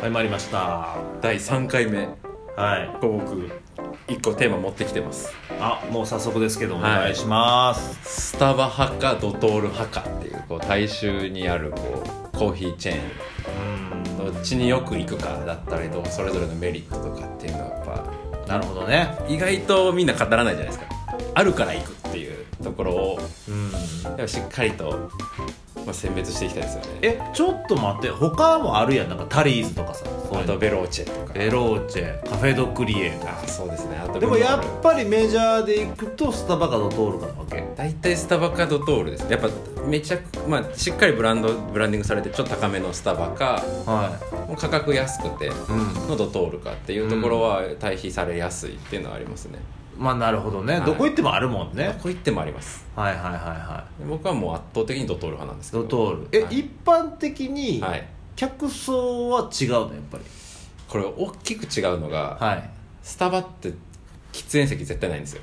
はい参りましたは第3回目い僕1個テーマ持ってきてますあもう早速ですけどおはい願いします、スタバ派かドトール派かっていうこう大衆にあるこうコーヒーチェーンどっちによく行くかだったりとそれぞれのメリットとかっていうのはやっぱなるほどね意外とみんな語らないじゃないですかあるから行くっていうところをうんやっぱしっかりと、まあ、選別していきたいですよねえちょっと待って他もあるやんなんかタリーズとかさそうあいうのとベローチェとかベローチェカフェドクリエあそうですねあとでもやベローチっぱりメジャーで行くとスタバかドトールかなわけェ大体スタバかドトールですやっぱめちゃく、まあ、しっかりブランドブランディングされてちょっと高めのスタバかはもう価格安くていうんのドトールかっていうところは対比されやすいっていうのはありますね、まあなるほどね、はいどこ行ってもあるもんどねこ行ってもありますはいはいはいはで僕はもう圧倒的にドトール派なんですいけどドトールえ、はい一般的にはい客層は違うのやっぱりこれ大きく違うのが、はいスタバって喫煙席絶対ないんですよ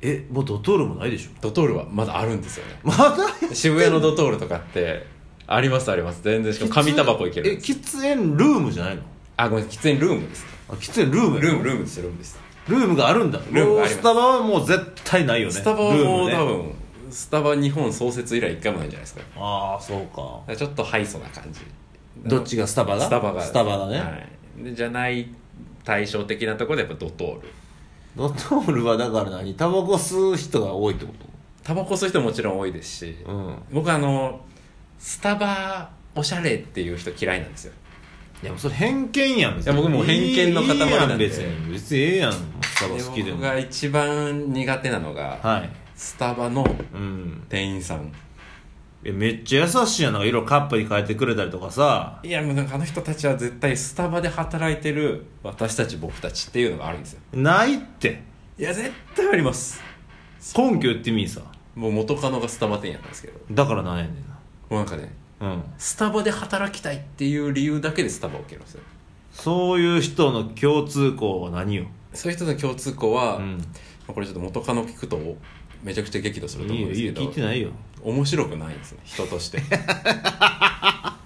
えもうドトールもないでしょドトールはまだあるんですよねまだ渋谷のドトールとかってありますあります全然しかも紙タバコいけるんえです喫煙ルームじゃないのあごめん喫煙ルームですあ喫煙ルームやルームルームですルームです、ルームがあるんだルームがありもうスますタバはもう絶対ないよねスタバはもう、ルー多ムね、分スタバ日本創設以来一回もないんじゃないですかだかああそうからちょっとハイソな感じどっちがスタバがスタバがスタバがね、はいでじゃない対照的なところでやっぱドトールドトールはだから何タバコ吸う人が多いってこタバコ吸う人ももちろん多いですし、とうん僕あのスタバおしゃれっていう人嫌いなんですよいやもうそれ偏見やん別にいや僕もう偏見の塊なんでいいやん別に別にええやんスタバ好きで僕もが一番苦手なのが、はいスタバのうん店員さんえめっちゃ優しいやんなんか色々カップに変えてくれたりとかさいやもうなんかあの人たちは絶対スタバで働いてる私たち僕たちっていうのがあるんですよないっていや絶対あります根拠言ってみいさもう元カノがスタバ店やったんですけどもだからなんやねんうなんかねなうんスタバで働きたいっていう理由だけでスタバを受けるんですよそういう人の共通項は何よ、そういう人の共通項は、うまん、あこれちょっと元カノ聞くとめちゃくちゃ激怒するといい思うよんでいすいけよど聞いてないよ面白くないんですね人としてあ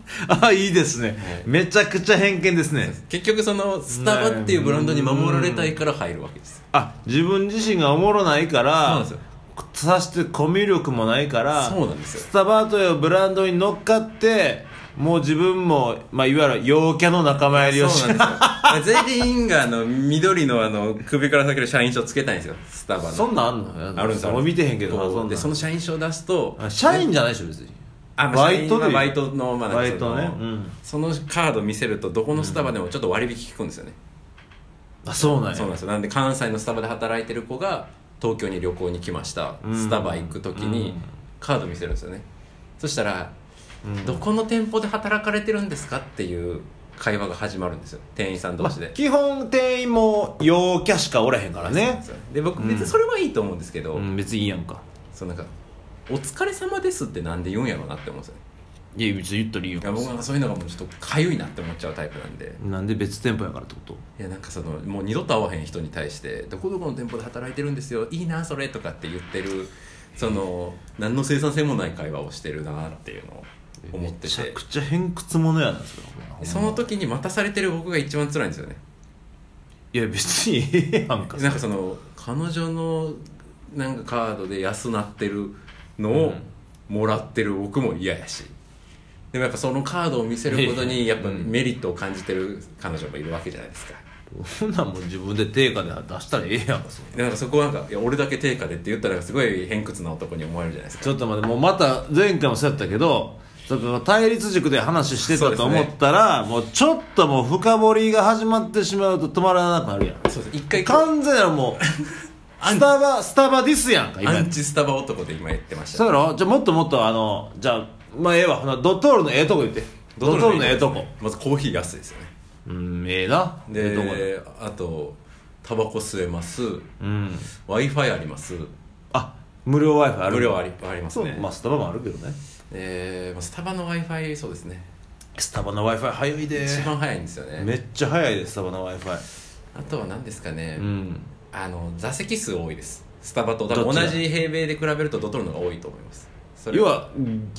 いいですね、めちゃくちゃ偏見ですね結局そのスタバっていうブランドに守られたいから入るわけですあ自分自身がおもろないからそうなんでさしてコミュ力もないからそうなんですよスタバというブランドに乗っかってもう自分も、まあ、いわゆる陽キャの仲間入りをしそうなんですよ全員があの緑のあの首から下げる社員証つけたいんですよスタバのそんなんあんのあるんですよ俺見てへんけどなそうそんなんでその社員証出すとあ社員じゃないでしょ別にあまあバイト社員はでバイトのまあなんかバイトねそうのんそのカード見せるとどこのスタバでもちょっと割引聞くんですよね、あそうなんやそうなんですよなんで関西のスタバで働いてる子が東京に旅行に来ました、うんスタバ行く時うにんカード見せるんですよねそしたら、どこの店舗で働かれてるんですか?」っていう会話が始まるんですよ店員さん同士で、基本店員も陽キャしかおらへんからねそうなんですよで僕別にそれはいいと思うんですけど、うん別にいいやんかそのなんか「お疲れ様です」ってなんで言うんやろうなって思うんですよねいや別に言った理由いや僕はそういうのがもうちょっとかゆいなって思っちゃうタイプなんでなんで別店舗やからってこといやなんかそのもう二度と会わへん人に対して「どこどこの店舗で働いてるんですよいいなそれ」とかって言ってるその何の生産性もない会話をしてるなっていうのを思ってめちゃてくちゃ偏屈者やなそれその時に待たされてる僕が一番辛いんですよねいや別にええやんかなんかその彼女のなんかカードで安なってるのうをんもらってる僕も嫌やしでもやっぱそのカードを見せることにやっぱメリットを感じてる彼女もいるわけじゃないですかそんなんもう自分で定価で出したらええやんかそれでなんかそこはなんか「いや俺だけ定価で」って言ったらすごい偏屈な男に思えるじゃないですかちょっと待ってもうまた前回もそうやったけどちょっと対立軸で話してたと思ったら、もうちょっともう深掘りが始まってしまうと止まらなくなるやんそうです一回こう完全ならもうスタバスタバディスやんか今アやっンチスタバ男で今言ってましたそうやろじゃあもっともっとあのじゃあまあええわほなドトールのええとこ言ってドトールのええとこまずコーヒー安いですよねうんええなええとこやであとタバコ吸えますうん、 w i f i ありますあ無料 w i f i ある無料ありありますそうねまあスタバもあるけどねえーまあスタバの w i f i そうですねスタバの w i f i 早いで一番早いんですよねめっちゃ早いですスタバの w i f i あとは何ですかね、んあの座席数多いですスタバと多ど分っち同がじ平米で比べるとドトールの方が多いと思いますそれ要は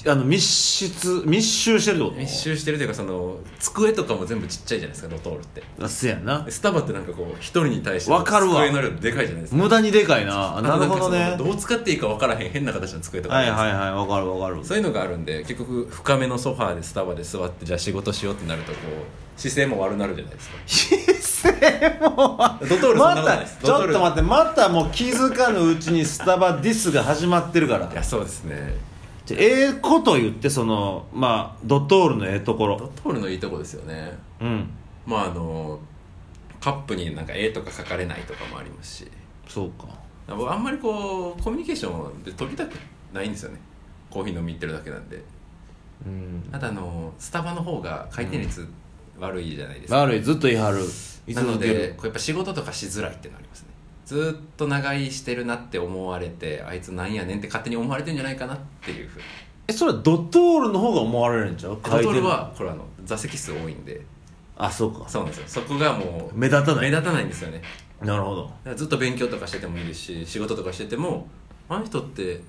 あの密室密集してるってこと密集してるというかその机とかも全部ちっちゃいじゃないですかドトールってあせやなスタバってなんかこう一人に対してわかるわ机の量でかいじゃないですか無駄にでかいなあなるほどあとなねんかそのどう使っていいか分からへん変な形の机とかあはいるじゃないですかはいはいわかるわかる そういうのがあるんで結局深めのソファーでスタバで座ってじゃあ仕事しようってなるとこう姿勢も悪なるじゃないですかドトールそんまなことないたですちょっと待っってまたもう気づかぬうちにスタバディスが始まってるからいやそうですねじゃあええこと言ってそのまあドトールのええとこドろトールのいいとこですよねうんまああのカップになんか絵とか書かれないとかもありますしそうか僕あんまりこうコミュニケーションで取りたくないんですよねコーヒー飲み行ってるだけなんでうんただあのスタバの方が回転率悪いじゃないですか、悪いずっと言い張るいなつもの受けでるこうやっぱ仕事とかしづらいっていうのありますねずーっと長居してるなって思われてあいつなんやねんって勝手に思われてんじゃないかなっていうふうにえそれはドトールの方が思われるんちゃうドトールはこれあの座席数多いんであそうかそうなんですよそこがもう目立たな目い立たないんですよねなるほどだからずっと勉強とかしててもいいですし仕事とかしててもあの人って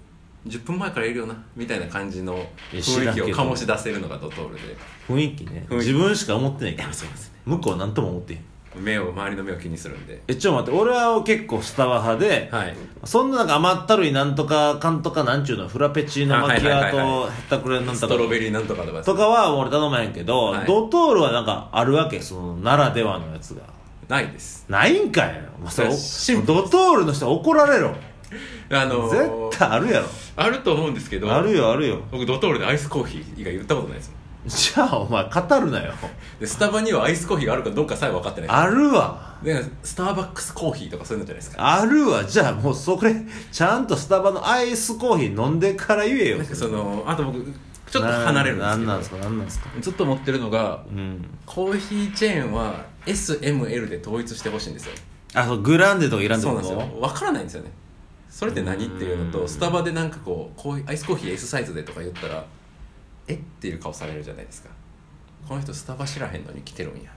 10分前からいるよなみたいな感じのいや知雰らん囲気けをど醸し出せるのがドトールで雰囲気ね雰囲気自分しか思ってないけどそうですね向こうは何とも思ってへん目を周りの目を気にするんでえちょっと待って俺は結構スタバ派で、はいそんななんか甘ったるいなんとかかんとかなんちゅうのフラペチーノマキアーあはいはいはいトヘったくれなんスとトかロベリーなんとかとかとかは俺頼まへんけど、はいドトールはなんかあるわけそのならではのやつがないですないんかいまあ、それシンプドトールの人は怒られろあのー絶対あるやろあると思うんですけどあるよあるよ僕ドトールでアイスコーヒー以外言ったことないですもんじゃあお前語るなよでスタバにはアイスコーヒーがあるかどうかさえ分かってないあるわでスターバックスコーヒーとかそういうのじゃないですかあるわじゃあもうそれちゃんとスタバのアイスコーヒー飲んでから言えよなんかそのあと僕ちょっと離れるんですなけんどなんすかなんなんすかずっと思ってるのがうんコーヒーチェーンは SML で統一してほしいんですよあそうグランデとかいらんってそうこなんとですよ分からないんですよねそれって何っていうのうとんスタバでなんかこうコーヒーアイスコーヒー S サイズでとか言ったらえっていう顔されるじゃないですかこの人スタバ知らへんのに来てるんやみた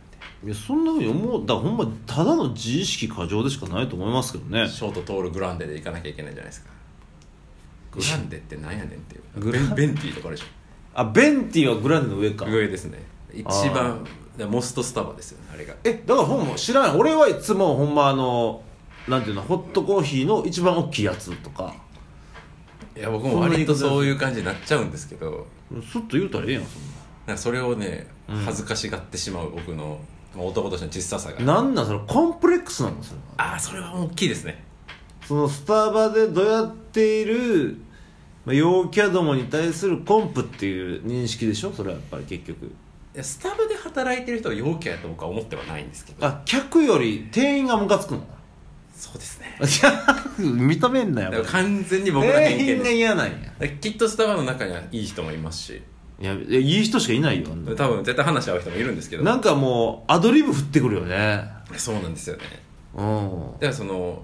いいやそんなふうに思うだからほんまただの自意識過剰でしかないと思いますけどねなショートトールグランデで行かなきゃいけないじゃないですかグランデってなんやねんっていうグベランベンティーとかあるでしょあベンティはグランデの上か上ですね一番モストスタバですよねあれがえだからほんま知らん俺はいつもほんまあのなんていうのホットコーヒーの一番大きいやつとかいや僕も割とそういう感じになっちゃうんですけどスッと言うたらええやんそんなんかそれをね恥ずかしがってしまう僕のまあ男としての小ささがななんなんそれコンプレックスなのそれはああそれは大きいですねそのスタバでどやっているまあ陽キャどもに対するコンプっていう認識でしょそれはやっぱり結局いやスタバで働いてる人は陽キャやと僕は思ってはないんですけどあ客より店員がムカつくのそうですねいや認めんなだよから完全に僕ら偏店員見がです嫌なんやだからきっとスタバの中にはいい人もいますしいやいやいい人しかいないよあんな多分絶対話し合う人もいるんですけどなんかもうアドリブ振ってくるよねそうなんですよねうんだからその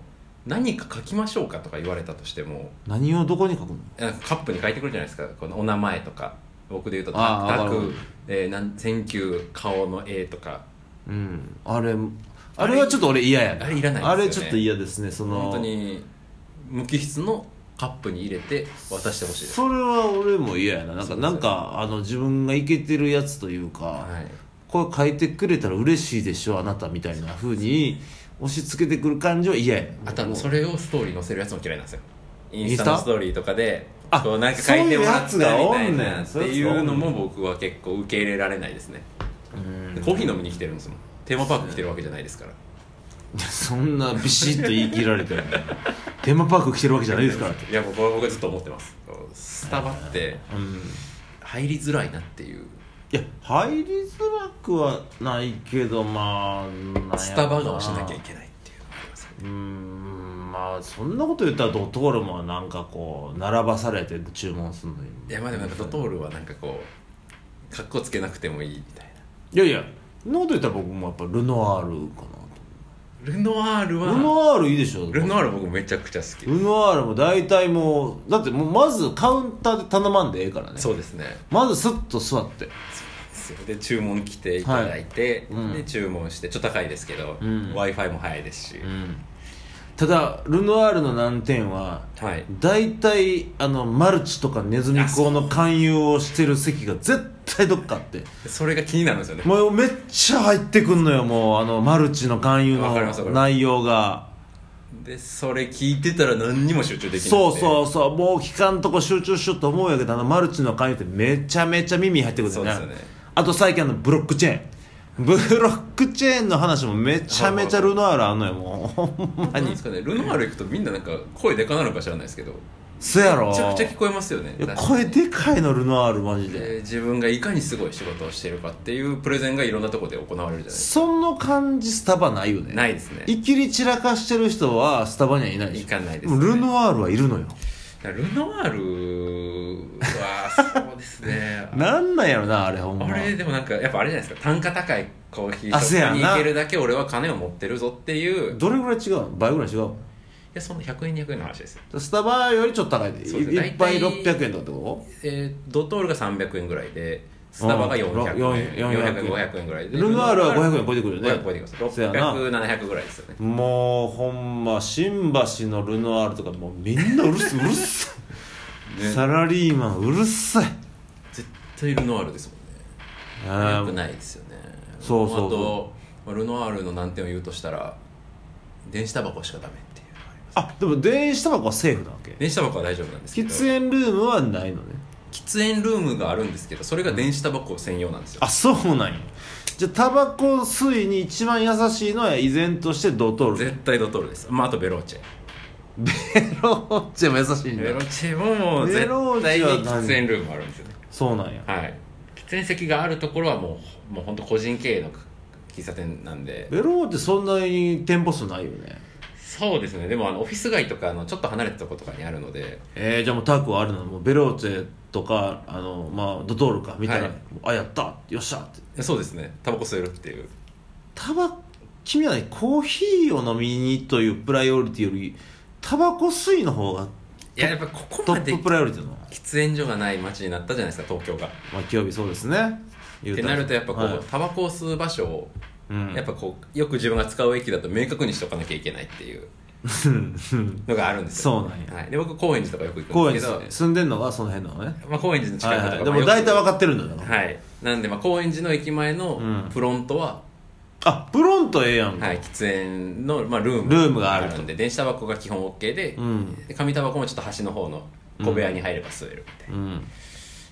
何か書きましょうかとか言われたとしても何をどこに書くのなんかカップに書いてくるじゃないですかこのお名前とか僕で言うと「あータクタわかクる」えーなん「センキュー」「顔の絵」とかうんあれあれはちょっと俺嫌やあれいらないですよねあれちょっと嫌ですねその本当に無機質のカップに入れて渡してほしいですそれは俺も嫌やななんかそうですよなねんかあの自分がイケてるやつというか、はいこれ書いてくれたら嬉しいでしょあなたみたいなふうに押し付けてくる感じは嫌やあとあのそれをストーリー載せるやつも嫌いなんですよインンススタタのストーリーとかであこうなんか書いてもらったそうみいうやつがおたいんねなんっていうのも僕は結構受け入れられないですねうんコーヒー飲みに来てるんですもんテーマパーク来てるわけじゃないですからそんなビシッと言い切られても テーマパーク来てるわけじゃないですからっていや僕は僕はずっと思ってますスタバってうん入りづらいなっていういや入りづらくはないけどまあなんやろなスタバが押しなきゃいけないっていうのがありますよねうーんまあそんなこと言ったらドトールもなんかこう並ばされて注文するのにいやまあでもなんかドトールはなんかこう格好つけなくてもいいみたいないやいやそんなこと言ったら僕もやっぱルノワールかルノワールなはルノワールいいでしょルノワーール僕めちゃくちゃ好きルルノワールも大体もうだってもうまずカウンターで頼まんでええからねそうですねまずスッと座ってで注文来ていただいて、はいうんで注文してちょっと高いですけど、うん w i f i も早いですし、うんただルノワールの難点ははい大体あのマルチとかネズミ講の勧誘をしてる席が絶対どっかあってそれが気になるんですよねもうめっちゃ入ってくんのよもうあのマルチの勧誘わかりますわのか内容がでそれ聞いてたら何にも集中できないそうそううそうもう期間とこ集中しようと思うんやけどあのマルチの勧誘ってめちゃめちゃ耳に入ってくるんだよねそうですよねあと最近あのブロックチェーンブロックチェーンの話もめちゃめちゃルノワールあんのよもうほんま何にですかねルノワール行くとみんななんか声でかなのか知らないですけどめそやろちゃくちゃ聞こえますよねいや確か声でかいのルノワールマジにでで自分がいかにすごい仕事をしてるかっていうプレゼンがいろんなところで行われるじゃないですその感じスタバないよねかないですねいきり散らかしてる人はスタバにはいないでしょいかないですもねうルノワールはいるのよルノワールはそうですね なんなんやろなあれほんまあれでもなんかやっぱあれじゃないですか単価高いコーヒーあシそうョッやプんにな行けるだけ俺は金を持ってるぞっていういどれぐらい違うの倍ぐらい違うのやその100円200円の話ですよスタバよりちょっと高いでそうですいねいっぱい大体600円とかってこえードトールが300円ぐらいでスタバが400うん円よん400 400円500円ぐらいでルノワールは500円超えてくるよね500超えてきますそうやな600700ぐらいですよねともうほんま新橋のルノワールとかもうみんなうるさいうるさい、ねサラリーマンうるさい絶対ルノワールですもんねあよくーないですよねそうそうそうあとまあルノワールの難点を言うとしたら電子タバコしかダメっていうのがありますあでも電子タバコはセーフなわけ電子タバコは大丈夫なんですけど喫煙ルームはないのね喫煙ルームがあるんですけどそれが電子タバコ専用なんですよあそうなんやじゃあタバコ吸いに一番優しいのは依然としてドトール絶対ドトールです、まあ、あとベローチェベロ ーチェも優しいんだベよローチェももうベ絶ローチ対ェには何喫煙ルームあるんですよねそうなんやはい喫煙席があるところはもうもう本当個人経営の喫茶店なんでベローってそんなに店舗数ないよねそうですねでもあのオフィス街とかのちょっと離れたとことかにあるのでえー、じゃあもうタクはあるのもうベローチェとかあのまあドトールかみたいな、はいあやったよっしゃってそうですねタバコ吸えるっていうタバ君はねコーヒーを飲みにというプライオリティよりタバコ吸いの方がいややっぱここトまッでププ喫ライオリティなの煙所がない街になったじゃないですか東京がっまあ清日そうですね言うてたらなるとやっぱこ、はいうタバコを吸う場所をうん、やっぱこうよく自分が使う駅だと明確にしとかなきゃいけないっていうのがあるんですよそうなんやはい、で僕高円寺とかよく行高くん円ですけ寺どに住んでんのがその辺なのねまあ、高円寺の近はいくとか、いはい、まであもよく大体分かってるのよ、はい、なんでまあ高円寺の駅前のうんフロントは、あプロントええやんか、はい、喫煙の、まあ、ルームルームがあるとんで電子タバコが基本 OK で、うんで紙タバコもちょっと端の方の小部屋に入れば吸えるみたいな、うん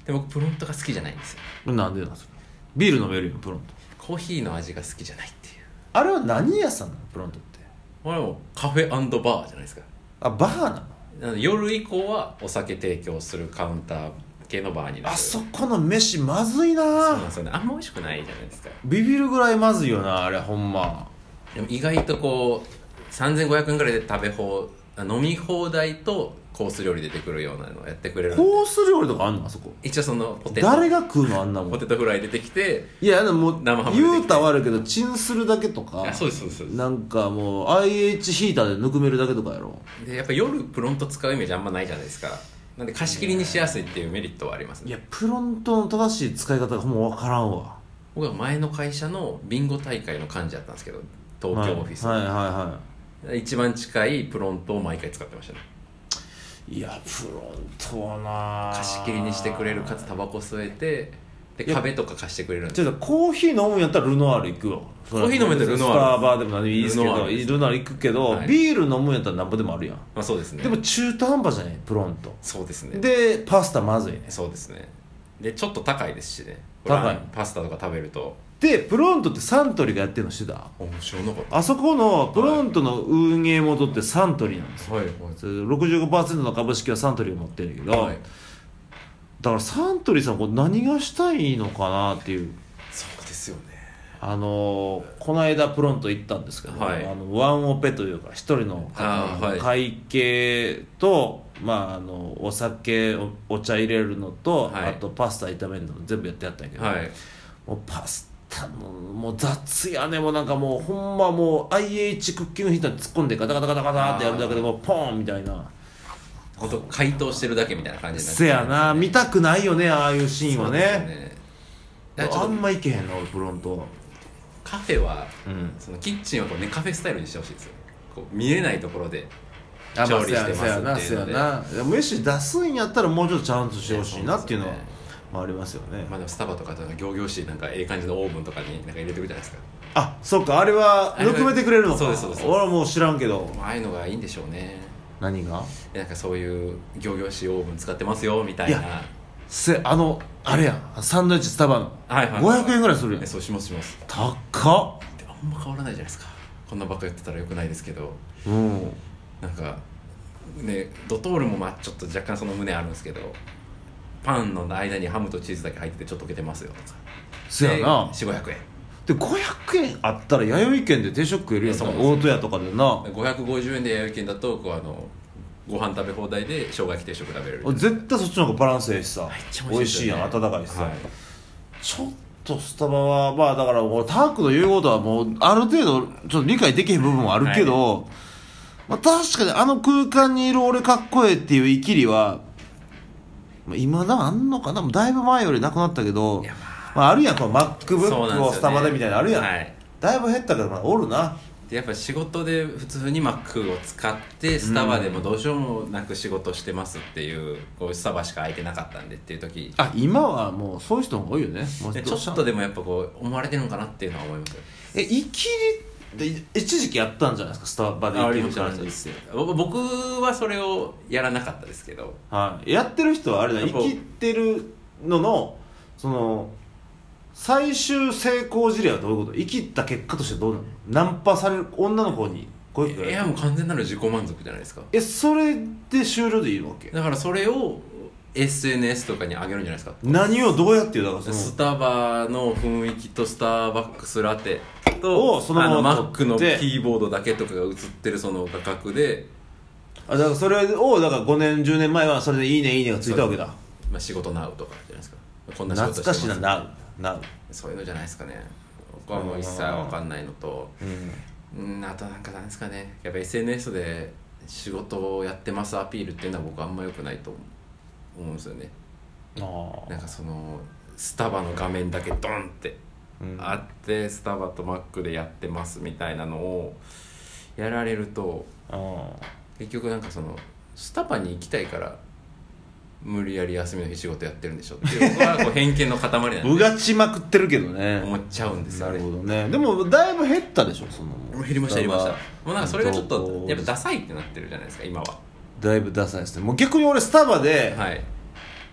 で僕プロントが好きじゃないんですよなんでなんすかビール飲めるよプロントコーヒーの味が好きじゃないっていうあれは何屋さんなのプロントってこれはもうカフェバーじゃないですかあバーなのなので夜以降はお酒提供するカウンター系のバーになるあそこの飯まずいそうなんなですよねあんま美味しくないじゃないですかビビるぐらいまずいよなあれほんまでも意外とこう3500円ぐらいで食べ放あ飲み放題とコース料理出てくるようなのをやってくれるんでコース料理とかあんのあそこ一応そのポテト誰が食うのあんなもポんテトフライ出てきていやでも生ハム出てきて言うたはあるけどチンするだけとかあそうですそうですそうでなんかもう IH ヒーターでぬくめるだけとかやろすでやっぱ夜プロント使うイメージあんまないじゃないですかなんで貸し切りにしやすいっていうメリットはありますいねやプロントの正しい使い方がもう分からんわ僕は前の会社のビンゴ大会の幹事だったんですけど東京オフィス、はいはいはいは一番近いプロントを毎回使ってましたねいいやプロントはな貸し切りにしてくれるかつタバコ吸えてでいや壁とか貸してくれるんでちょっとコーヒー飲むんやったらルノワール行くよコーヒー飲むんやったらルノワールスターバーでも何でもいいですけルノどワールルノワール行くけど、はいビール飲むんやったらなんぼでもあるやんまあそうですねでも中途半端じゃないプロントそうですねでパスタまずいねそうですねでちょっと高いですしね高いこれパスタとか食べるとでプロントってサントリーがやってるのしてた面白なかっあそこのプロントの運営元ってサントリーなんですよたはいそれで65%の株式はサントリーが持ってるけど、はいだからサントリーさんこう何がしたいのかなっていうそうですよねあのーこの間プロント行ったんですけど、はいあのワンオペというか一人のあー方はのい会計とまあ、あのお酒おお茶入れるのと、はいあとパスタ炒めるの全部やってやったんやけど、はいもうパスタももう雑やねもうなんかもうほんまもう IH クッキングヒーターに突っ込んでガタガタガタガタってやるだけでもうポーンみたいなほんと解凍してるだけみたいな感じになっせやな見たたくないよねああいうシーンはねちょっあとんま行けへんの俺プロントカフェはうんそのキッチンはこうねカフェスタイルにしてほしいですよこう見えないところであまあ調理してますそうやなっていうのそうでやなそうやな飯出すんやったらもうちょっとちゃんとしてほしいなっていうのはそうですねまあありますよね、まあでもスタバとかなんか行々しいなんかええ感じのオーブンとかになんか入れてくるじゃないですかあそっかあれはあれぬはくめてくれるのかそうですそうです俺はもう知らんけどまあああいうのがいいんでしょうね何がなんかそういう行々しいオーブン使ってますよみたいないやせあのあれやんサンドイッチスタバのはいはい500円ぐらいするやんえそうしますします高っであんま変わらないじゃないですかこんなばっか言ってたらよくないですけどうんなんかねドトールもまあちょっと若干その胸あるんですけどパンの間にハムとチーズだけ入っててちょっと溶けてますよとかせやな4500円で500円あったら弥生県で定食食えるやんいやかそうなんですよ大戸屋とかでな550円で弥生県だとこうあのご飯食べ放題で生姜焼き定食食べれる絶対そっちの方がバランスええしさちゃ美味しいやんですよ温ねかいしさ、はいちょっとスタバはまあだからもうタークの言うことはもうある程度ちょっと理解できへん部分もあるけど、まあ、確かにあの空間にいる俺かっこええっていうイキリは、まあ、今だあんのかなもうだいぶ前よりなくなったけどいやまあ、あるやんこのそうなんです MacBook よをねスタバでみたいなのあるやん、はいだいぶ減ったけどまあおるなでやっぱ仕事で普通に Mac を使ってスタバでもどうしようもなく仕事してますっていうこうスタバしか空いてなかったんでっていう時あ今はもうそういう人も多いよねもうでちょっとでもやっぱこう思われてるのかなっていうのは思いますよえイキリって一時期やったんじゃないですかスタバでイキリのチャレンジってぼ僕はそれをやらなかったですけどはい、やってる人はあれだやっぱ生きてるののその最終成功事例はどういうこと生きった結果としてどうなのナンパされる女の子に声かけらいれやるもう完全なる自己満足じゃないですかえそれで終了でいいわけだからそれを SNS とかに上げるんじゃないですか何をどうやってだからそのスタバの雰囲気とスターバックスラテとをそのままあのマックのキ取ってーボードだけとかが映ってるその画角で、あだからそれをだから5年10年前はそれで「いいねいいね」がついたわけだまあ、仕事なうとかじゃないですかこんな仕事懐かしいなますなうなうそういうのじゃないですかね僕はもう一切わかんないのとうんうんあとなんかなんですかねやっぱ SNS で仕事をやってますアピールっていうのは僕あんま良くないと思う思うんですよねああなんかそのスタバの画面だけドンってうんあってスタバとマックでやってますみたいなのをやられるとあ結局なんかそのスタバに行きたいから無理やり休みの日仕事やってるんでしょっていうのがこう偏見の塊なんであ うがちまくってるけど思ねっちゃうんですよなるねほどねでもだいぶ減ったでしょそのもう減りました減りましたもうなんかそれがちょっどとうやっぱダサいってなってるじゃないですか今はだいぶダサいですねもう逆に俺スタバではい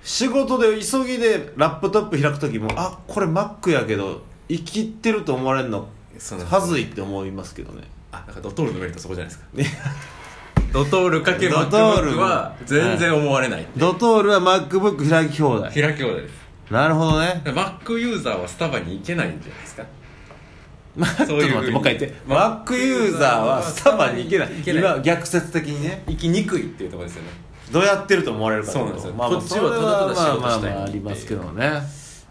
仕事で急ぎでラップトップ開く時もあこれ Mac やけど生きてると思われるのそのはずいって思いますけどねあだからドトールのメリットそこじゃないですかね ドトールかけマドットクールは全然思われないドトールは MacBook 開き放題開き放題ですなるほどねだから Mac ユーザーはスタバに行けないんじゃないですかちょっと待ってもう一回言って Mac ユーザーはスタバに行けない行けない今逆説的にね行きにくいっていうところですよねどうやってると思われるかってことそうなんですよまあまあこっちはただただ仕事したそれいはまあまあまあありますけどねだか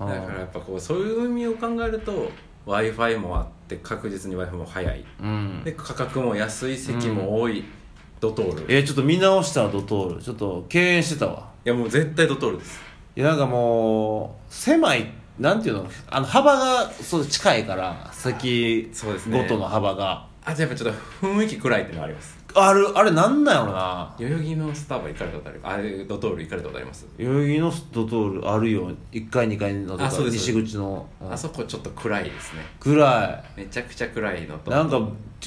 らやっぱこうそういう意味を考えると w i f i もあって確実に w i f i も早いうんで価格も安い席も多い、ドトールいえーちょっと見直したわドトールちょっと敬遠してたわやもう絶対ドトールですいやなんかもう狭いなんていうのあの幅がそう近いから席そうですねごとの幅が、あとやっぱちょっと雰囲気暗いっていうのはありますあるあれなんなんやろな代々木のスタバ行かれたことあるあれドトール行かれたことあります代々木のドトールあるよ1階2階のとあかそうです西口の、うんあそこちょっと暗いですね暗めちゃくちゃ暗いのいとなんか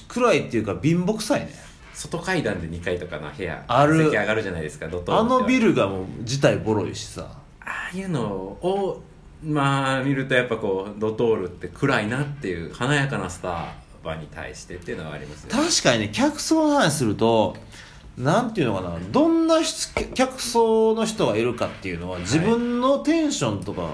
暗いっていうか貧乏くさいね外階段で2階とかの部屋ある席上がるじゃないですかドトーあルってのビルがもう自体ボロいしさああいうのをまあ見るとやっぱこうドトールって暗いなっていう華やかなスタバに対してっていうのはありますね確かにね客層の話するとなんていうのかなどんな人客層の人がいるかっていうのは自分のテンションとか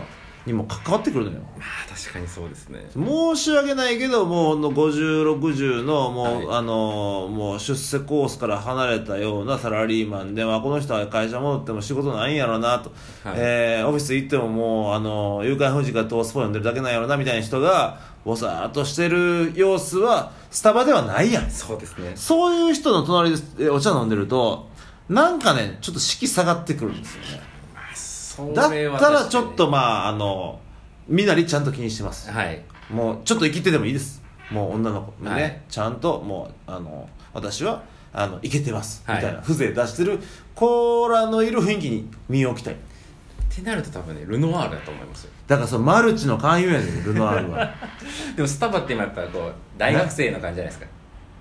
にも関わってくるのよ、まあ確かにそうですね申し訳ないけどもう5060のもう、はあのもう出世コースから離れたようなサラリーマンで、まあ、この人は会社戻っても仕事ないんやろうなと、はいえーオフィス行ってももうあの誘拐富士か東スポ読んでるだけなんやろうなみたいな人がぼさーっとしてる様子はスタバではないやんそうですねそういう人の隣でえお茶飲んでるとなんかねちょっと士気下がってくるんですよねそだっれはた確からにちょっとまああの身なりちゃんと気にしてますはいもうちょっと生きてでもいいですもう女の子ね、はいちゃんともうあの私はあのイケてますみはいたいな風情出してるコーラのいる雰囲気に身を置きたいてなると多分ねルノワールだと思いますよだからそのマルチの勧誘やねんルノアール はでもスタバって今やっぱこう大学生の感じじゃないですか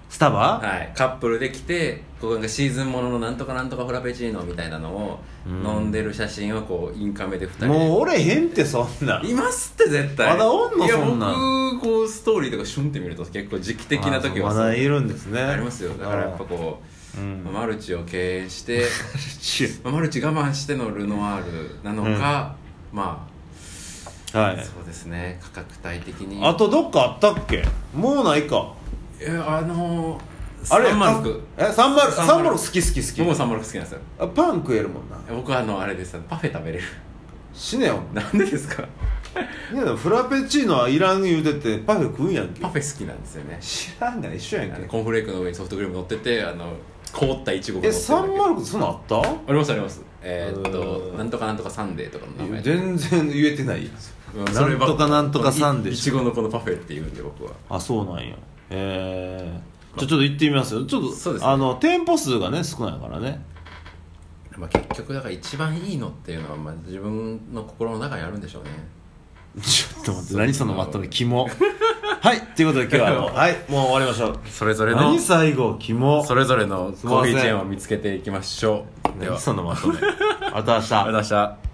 スタバ、はい、カップルで来てこうなんかシーズンもののなんとかなんとかフラペチーノみたいなのをうん飲んでる写真をこうインカメで2人でもうおれへんってそんないますって絶対まだおんのいやそんなん僕こうストーリーとかシュンって見ると結構時期的な時はあそそううまだいるんですねありますよだからやっぱこううんマルチを経営 してチュまあマルチ我慢してのルノワールなのか、ま はあいそうですね価格帯的にあとどっかあったっけもうないかえあのー、あれサンマルクえサンマルサンマルクサンマルク好き好き僕好もうきサンマルク好きなんですよあパン食えるもんな僕はあのあれですパフェ食べれる 死ねよなんでですかいやでもフラペチーノはいらん言うててパフェ食うんやんけパフェ好きなんですよね知らんが一緒やんあのけコーンフレークの上にソフトクリーム乗っててあの凍ったイチゴが乗えってるだサけンマルクそんなんあったありますありますえーっうとんなんとかなんとかサンデーとかの名前全然言えてないうんなんそればっとかなんとかサンデーいいちごのこのパフェって言うんで僕はあそうなんやえー、じゃあちょっと行ってみますよちょっとそうですねあの店舗数がね少ないからねまあ結局だから一番いいのっていうのはまあ自分の心の中にあるんでしょうねちょっと待って何そのまとめキ モはいということで今日はあのはいもう終わりましょうそれぞれの何最後キモそれぞれのまコーせんヒーチェーンを見つけていきましょうでは何そのまとめありがとうございましたありがとうございました